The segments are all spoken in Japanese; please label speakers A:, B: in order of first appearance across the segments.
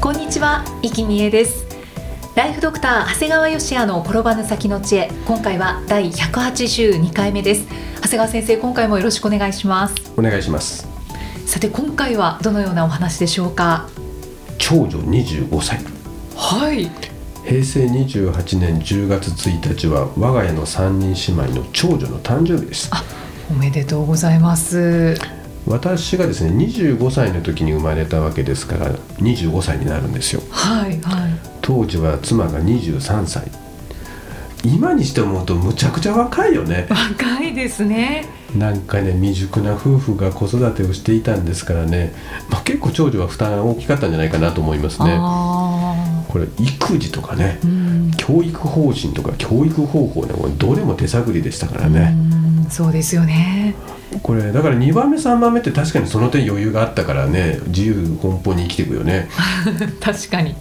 A: こんにちは、生きみえです。ライフドクター長谷川義也の転ばぬ先の知恵、今回は第182回目です。長谷川先生、今回もよろしくお願いします。
B: お願いします
A: さて、今回はどのようなお話でしょうか。
B: 長女25歳
A: はい。
B: 平成28年10月1日は我が家の3人姉妹の長女の誕生日です
A: おめでとうございます。
B: 私がですね25歳の時に生まれたわけですから25歳になるんですよ
A: はいはい。
B: 当時は妻が23歳今にして思うとむちゃくちゃ若いよね
A: 若いですね。
B: なんかね未熟な夫婦が子育てをしていたんですからね、まあ、結構長女は負担が大きかったんじゃないかなと思いますね
A: あ
B: これ育児とかね、
A: あ。うん。
B: 教育方針とか教育方法ねこれどれも手探りでしたから
A: う
B: ね、
A: んそうですよね。
B: これだから2番目3番目って確かにその点余裕があったからね自由奔放に生きていくよね
A: 確かに。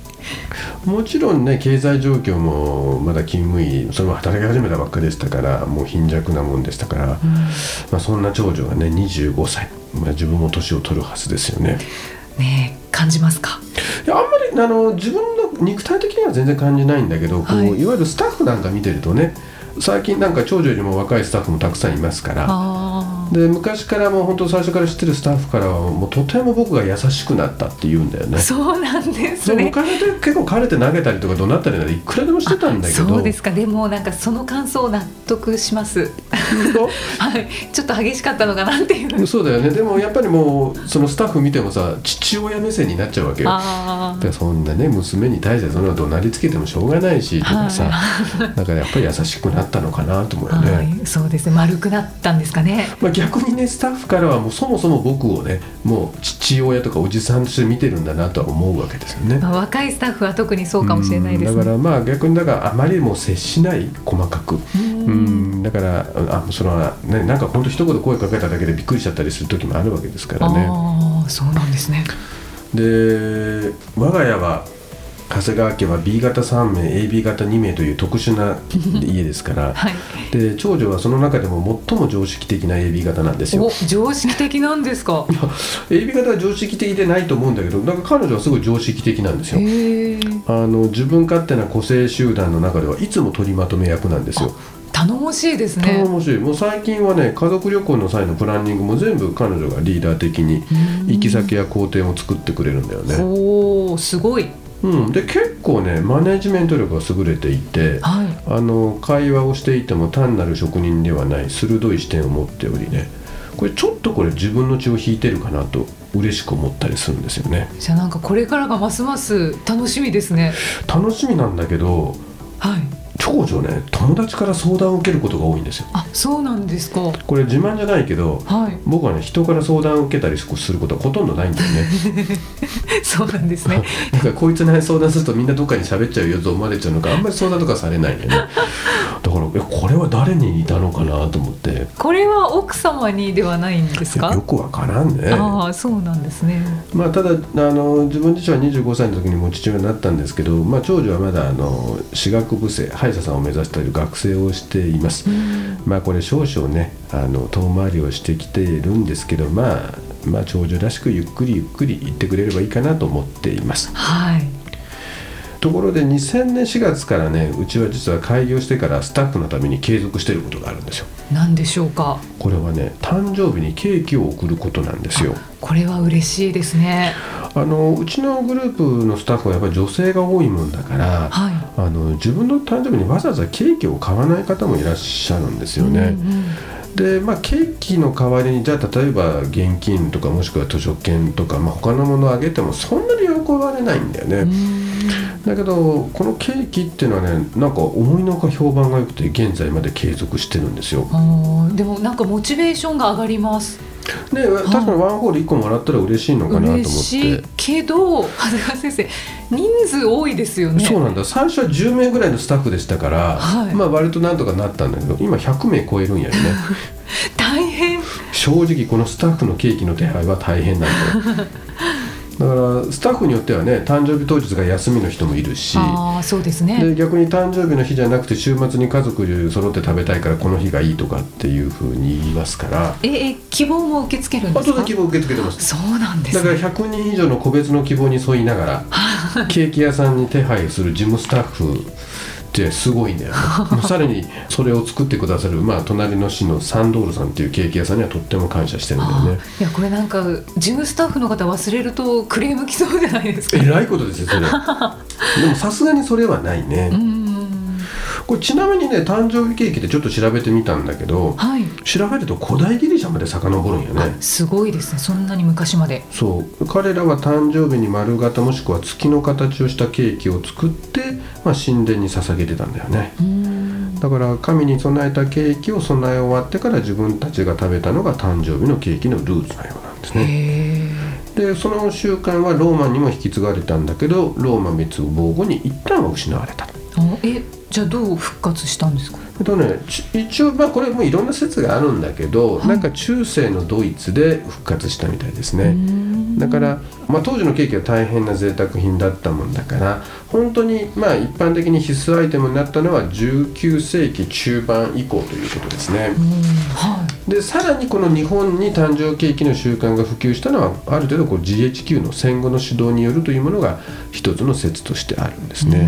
B: もちろんね経済状況もまだ勤務医それも働き始めたばっかでしたからもう貧弱なもんでしたから、まあ、そんな長女がね25歳、まあ、自分も年を取るはずですよね
A: ねえ、感じますか。
B: いやあんまりあの自分の肉体的には全然感じないんだけど、
A: はい
B: こういわゆるスタッフなんか見てるとね最近なんか長女よりも若いスタッフもたくさんいますから
A: あ
B: で昔からもう本当最初から知ってるスタッフからはもうとても僕が優しくなったって言うんだよね
A: あ。。そうなんです
B: そう
A: ね。
B: 昔で結構枯れて投げたりとか怒鳴ったりなんていくらでもしてたんだけど
A: そうですか。でもなんかその感想納得します。
B: 本
A: はい。ちょっと激しかったのかなっていう。
B: 当 そうだよねでもやっぱりもうそのスタッフ見てもさ父親目線になっちゃうわけよ。
A: あ
B: だからそんなね娘に対してそんな怒鳴りつけてもしょうがないしとかさ、だからやっぱり優しくなったのかなと思う
A: あ。
B: よね。
A: はい。そうですね。丸くなったんですかね。
B: まあ、逆にねスタッフからはもうそもそも僕をねもう父親とかおじさんとして見てるんだなとは思うわけですよね。
A: まあ、若いスタッフは特にそうかもしれないです
B: うんだか
A: ね。
B: らまあ逆にだからあまりもう接しない細かく
A: うん
B: うんだからあそのねなんか本当一言声かけただけでびっくりしちゃったりする時もあるわけですからね
A: ああ、そうなんですね。
B: で我が家は長谷川家は B 型3名 AB 型2名という特 殊な家ですから
A: はい。
B: で長女はその中でも最も常識的な AB 型なんですよ
A: お、常識的なんですか。
B: AB 型は常識的でないと思うんだけどなんか彼女はすごい常識的なんですよ
A: へえ。
B: あの自分勝手な個性集団の中ではいつも取りまとめ役なんですよ
A: 頼もしいですね。
B: 頼もしいもう最近はね家族旅行の際のプランニングも全部彼女がリーダー的に行き先や行程を作ってくれるんだよね、
A: おお、すごい。
B: うん、で結構ねマネジメント力が優れていて
A: はい。
B: あの会話をしていても単なる職人ではない鋭い視点を持っておりねこれちょっとこれ自分の血を引いてるかなと嬉しく思ったりするんですよね
A: じゃあ、なんかこれからがますます楽しみですね。
B: 楽しみなんだけど
A: はい。
B: 長女ね友達から相談を受けることが多いんですよ
A: あ、そうなんですか。
B: これ自慢じゃないけど
A: はい。
B: 僕はね人から相談を受けたりすることはほとんどないんだよね
A: そうなんですね。
B: なんかこいつに相談するとみんなどっかに喋っちゃうよと思われちゃうのかあんまり相談とかされないよねだからえこれは誰にいたのかなと思って
A: これは奥様にではないんです
B: よ
A: か。
B: くわからんね
A: ああ、そうなんですね。
B: まあ、ただあの自分自身は25歳の時にもう父親になったんですけど、まあ、長女はまだあの歯学部生歯医者さんを目指している学生をしています、まあこれ少々ねあの遠回りをしてきているんですけど、まあ、まあ長女らしくゆっくりゆっくり行ってくれればいいかなと思っています
A: はい。
B: ところで2000年4月からねうちは実は開業してからスタッフのために継続していることがあるんですよ
A: なんでしょうか。
B: これはね誕生日にケーキを贈ることなんですよ
A: これは嬉しいですね。
B: あのうちのグループのスタッフはやっぱり女性が多いもんだから
A: は
B: あの自分の誕生日にわざわざケーキを買わない方もいらっしゃるんです
A: い。
B: よね、
A: うんうん
B: で、まあ、ケーキの代わりにじゃあ例えば現金とかもしくは図書券とか、まあ、他のものをあげてもそんなに喜ばれないんだよね、
A: うん
B: だけどこのケーキっていうのはねなんか思いのほか評判が良くて現在まで継続してるんですよ
A: あーでもなんかモチベーションが上がります
B: で確かにワンホール1個もらったら嬉しいのかなと思っ
A: 嬉
B: て
A: しいけど長谷川先生人数多いですよね
B: そうなんだ最初は10名ぐらいのスタッフでしたから、
A: はい
B: まあ割となんとかなったんだけど今100名超えるん やよね
A: 大変
B: 正直このスタッフのケーキの手配は大変なん だよだからスタッフによってはね誕生日当日が休みの人もいるし
A: ああそうですね
B: で逆に誕生日の日じゃなくて週末に家族で揃って食べたいからこの日がいいとかっていうふうに言いますから
A: ええ希望も受け付けるん
B: あ
A: です
B: と
A: か
B: で希望受け付けてます
A: そうなんで
B: だ
A: す
B: から
A: ね
B: 100人以上の個別の希望に沿いながら ケーキ屋さんに手配する事務スタッフってすごい んだよ、ね、もうさらにそれを作ってくださる、まあ、隣の市のサンドールさんっていうケーキ屋さんにはとっても感謝してるんだよね
A: あーいやこれなんか事務スタッフの方忘れるとクレーム来そうじゃないですか
B: えらいことです よそれでもさすがにそれはないね、
A: うん
B: これちなみにね誕生日ケーキってちょっと調べてみたんだけど
A: はい
B: 調べると古代ギリシャまで遡るんよね
A: すごいですねそんなに昔まで
B: そう彼らは誕生日に丸型もしくは月の形をしたケーキを作って、まあ、神殿に捧げてたんだよね
A: うん
B: だから神に供えたケーキを供え終わってから自分たちが食べたのが誕生日のケーキのルーツなようなんですね
A: へえ
B: でその習慣はローマにも引き継がれたんだけどローマ滅亡後に一旦は失われた
A: あえじゃあどう復活したんですか
B: えっとね、ち一応まあこれもいろんな説があるんだけど、なんか中世のドイツで復活したみたいですねだから、まあ、当時のケーキは大変な贅沢品だったもんだから本当にまあ一般的に必須アイテムになったのは19世紀中盤以降ということですね
A: うんはい
B: でさらにこの日本に誕生ケーキの習慣が普及したのはある程度こう GHQ の戦後の指導によるというものが一つの説としてあるんですね、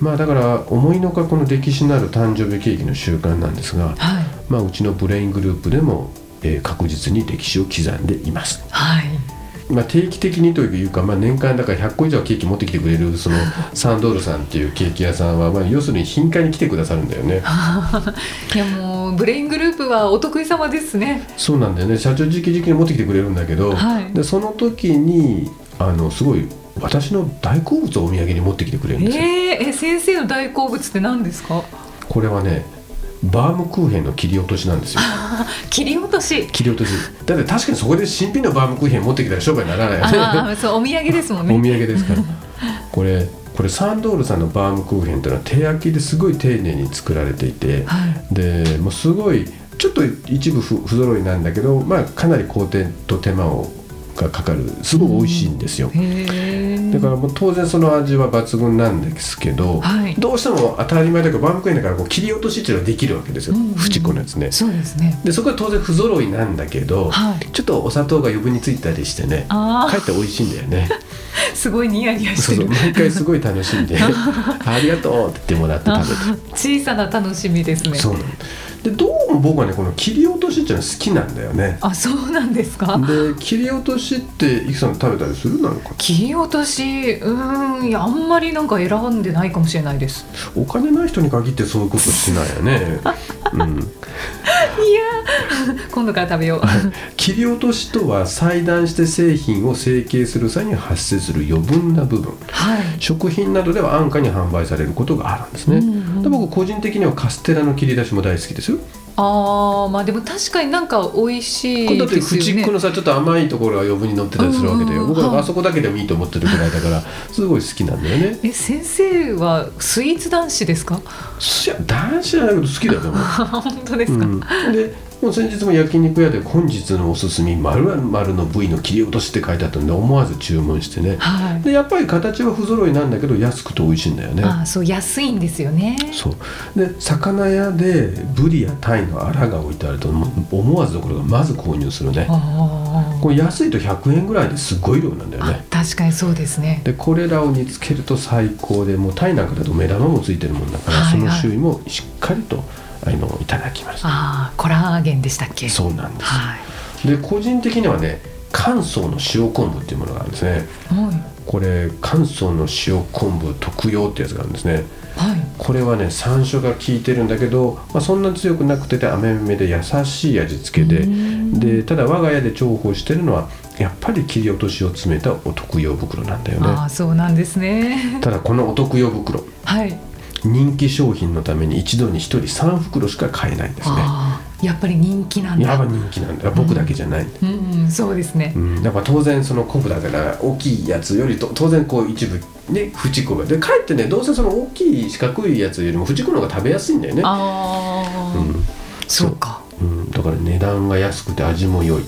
B: まあだから思いのほかこの歴史のある誕生日ケーキの習慣なんですが、
A: はい
B: まあ、うちのブレイングループでも、えー確実に歴史を刻んでいます、
A: はい
B: まあ、定期的にというか、まあ、年間だから100個以上はケーキ持ってきてくれるそのサンドールさんっていうケーキ屋さんは、まあ、要するに頻回に来てくださるんだよね
A: いやもうブレイングループはお得意様ですね。
B: そうなんだよね社長直々に持ってきてくれるんだけど、
A: はい
B: でその時にあのすごい私の大好物をお土産に持ってきてくれる
A: え
B: んですよ、
A: ー、え先生の大好物って何ですか？
B: これはねバームクーヘンの切り落としなんですよ
A: 切り落とし。
B: 切り落としだって確かにそこで新品のバームクーヘン持ってきたら商売にならないよ
A: あ
B: ね
A: あ、そうお土産ですも
B: お
A: ん
B: 土
A: ね。
B: 産ですからこれこれサンドールさんのバームクーヘンというのは手焼きですごい丁寧に作られていて、
A: は
B: でもうすごいちょっと一部不不揃いなんだけど、まあ、かなり工程と手間をがかかるすごい美味しいんですよ、
A: い。へえ。
B: だからもう当然その味は抜群なんですけど、
A: はい
B: どうしても当たり前だからバームクーヘンだからこう切り落としっていうのはできるわけですよ、
A: うんうんうん
B: 縁っこのやつね
A: そうですね。
B: でそこは当然不揃いなんだけど、
A: はい
B: ちょっとお砂糖が余分についたりしてね
A: あ
B: かえって美味しいんだよね
A: あ、すごいニヤニヤ
B: そう
A: して
B: そう
A: る。
B: 毎回すごい楽 しんでありがとうって言ってもらって食べて
A: 小さな楽しみですね。
B: そうなのでどうも僕はねこの切り落としっていうのは好きなんだよね
A: あ、そうなんですか。
B: で切り落としっていくさん食べたりするなんか
A: 切り落とし、うーん、いやあんまりなんか選んでないかもしれないです。
B: お金ない人に限ってそういうことしないよね、うん、
A: いやー、今度から食べよう。
B: 切り落としとは裁断して製品を成形する際に発生する余分な部分
A: はい。
B: 食品などでは安価に販売されることがあるんですね、
A: うんうん
B: で僕個人的にはカステラの切り出しも大好きですよ、
A: ああ、まあでも確かになんか美味し
B: 今
A: い
B: 度だって
A: ですよ
B: 縁っ
A: ね
B: こ。のさちょっと甘いところが余分に乗ってたりするわけだ
A: う
B: よ、
A: んうんうん
B: 僕はあそこだけでもいいと思ってるくらいだからすごい好きなんだよね
A: え先生はスイーツ男子ですか
B: いや男子じゃないけど好きだよでも
A: 本当ですか、
B: うん、でもう先日も焼肉屋で「本日のおすすめ丸々の部位の切り落とし」って書いてあったんで思わず注文してね
A: はい、
B: でやっぱり形は不揃いなんだけど安くて美味しいんだよね
A: ああそう安いんですよね
B: そうで魚屋でブリやタイのアラが置いてあるともう思わずどころがまず購入するね
A: あ
B: これ安いと100円ぐらいですごい量なんだよ
A: ああ
B: ね
A: 確かにそうですね
B: でこれらを煮つけると最高でもうタイなんかだと目玉もついてるもんだから、
A: はいはい
B: その周囲もしっかりとあのいただきます
A: ああコラーゲンでしたっけ
B: そうなんです
A: はい
B: で個人的にはね乾燥の塩昆布っていうものがあるんですね
A: は
B: これ乾燥の塩昆布特用ってやつがあるんですねこれはね山椒が効いてるんだけど、まあ、そんな強くなくて甘めで優しい味付けででただ我が家で重宝してるのはやっぱり切り落としを詰めたお徳用袋なんだよ
A: い。あ
B: ね
A: あ、そうなんですね。
B: ただこのお徳用袋
A: はい。
B: 人気商品のために一度に1人3袋しか買えないんですね
A: ああ、やっぱり人気なん
B: やば
A: だ。
B: 人気なんだ僕だけじゃない、
A: うん、うん、そうですね
B: う。ん、だから当然その昆布だから大きいやつよりと当然こう一部ね縁子がでかえってねどうせその大きい四角いやつよりも縁子の方が食べやすいんだよね、
A: ああ、
B: うん
A: そうか。
B: うん、だから値段が安くて味も良い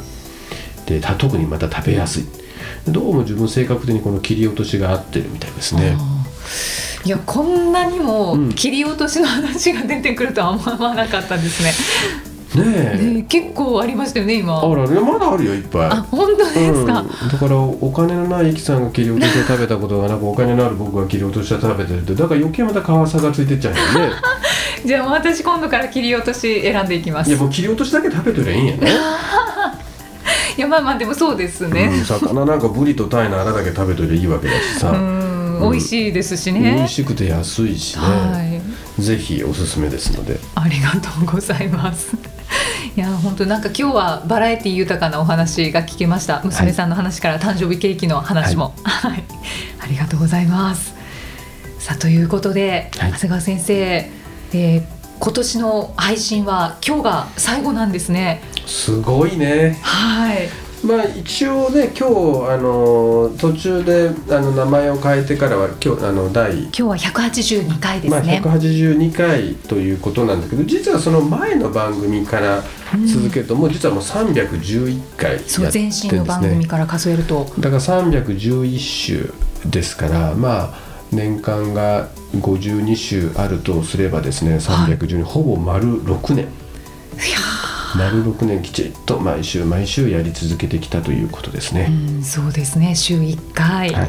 B: でた特にまた食べやすいどうも自分性格的にこの切り落としが合ってるみたいですね
A: あーいやこんなにも
B: うん
A: 切り落としの話が出てくるとは思わなかったですね。
B: ねえ、
A: ね結構ありましたよね今。
B: あらねまだあるよいっぱい
A: あ本当ですか。
B: うん、だからお金のないイキさんが切り落としを食べたことがなくお金のある僕が切り落としを食べてるってだから余計また皮差がついてっちゃう よね
A: じゃあ私今度から切り落とし選んでいきま
B: い
A: す。い
B: やもう切り落としだけ食べとりゃいいんやね
A: やまあまあでもそうです
B: う ん、
A: ね。
B: 魚なんかブリとタイのあらだけ食べとりゃいいわけだし
A: う
B: さ、
A: ん、
B: うん
A: 美味しいですし
B: 美
A: ね
B: 味。しくて安いしね、
A: はい。
B: ぜひおすすめですので
A: ありがとうございます。 いや本当なんか今日はバラエティ豊かなお話が聞けました娘さんの話から誕生日ケーキの話も、はいありがとうございますさあということで、
B: はい
A: 長谷川先生、えー今年の配信は今日が最後なんですね
B: すごいね
A: はい
B: まあ一応ね今日あの途中であの名前を変えてからは今日あの第
A: 今日は182回です
B: まあ、
A: ね、
B: 182回ということなんだけど実はその前の番組から続けると、もう実はもう311回やって
A: そう
B: るん
A: 前
B: です
A: 身の番組
B: ね
A: から数えると、
B: だから311週ですからまあ年間が52週あるとすればですね312、ほぼ丸6年丸6年きちっと毎週毎週やり続けてきたということです
A: う
B: ね。
A: ん、そうですね週1回、
B: はい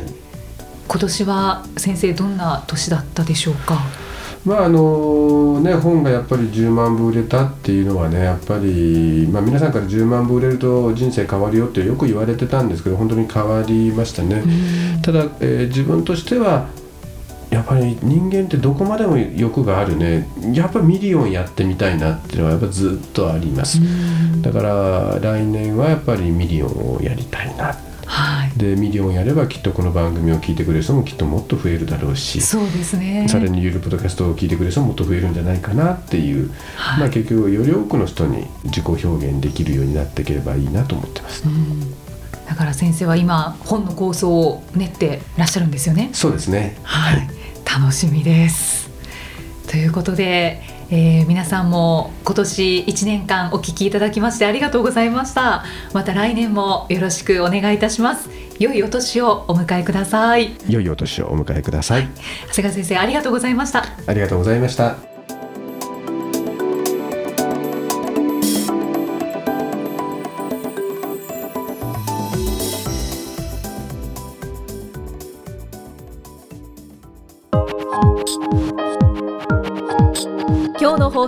A: 今年は先生どんな年だったでしょうか
B: まああのね、本がやっぱり10万部売れたっていうのはねやっぱり、まあ、皆さんから10万部売れると人生変わるよってよく言われてたんですけど本当に変わりましたね、ただ、えー自分としてはやっぱり人間ってどこまでも欲があるねやっぱミリオンやってみたいなっていうのはやっぱずっとあります、だから来年はやっぱりミリオンをやりたいな
A: はい
B: でミリオンやればきっとこの番組を聞いてくれる人もきっともっと増えるだろうし
A: そうですね。
B: さらにゆるポッドキャストを聞いてくれる人ももっと増えるんじゃないかなっていう、
A: はい
B: まあ、結局より多くの人に自己表現できるようになっていければいいなと思ってます、
A: うんだから先生は今本の構想を練ってらっしゃるんですよね。
B: そうですね
A: はい、楽しみです。ということで、えー皆さんも今年1年間お聞きいただきましてありがとうございました。また来年もよろしくお願いいたします。良いお年をお迎えください。
B: 良いお年をお迎えください
A: 長谷川先生ありがとうございました。
B: ありがとうございました
C: 今日の放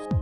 C: ラ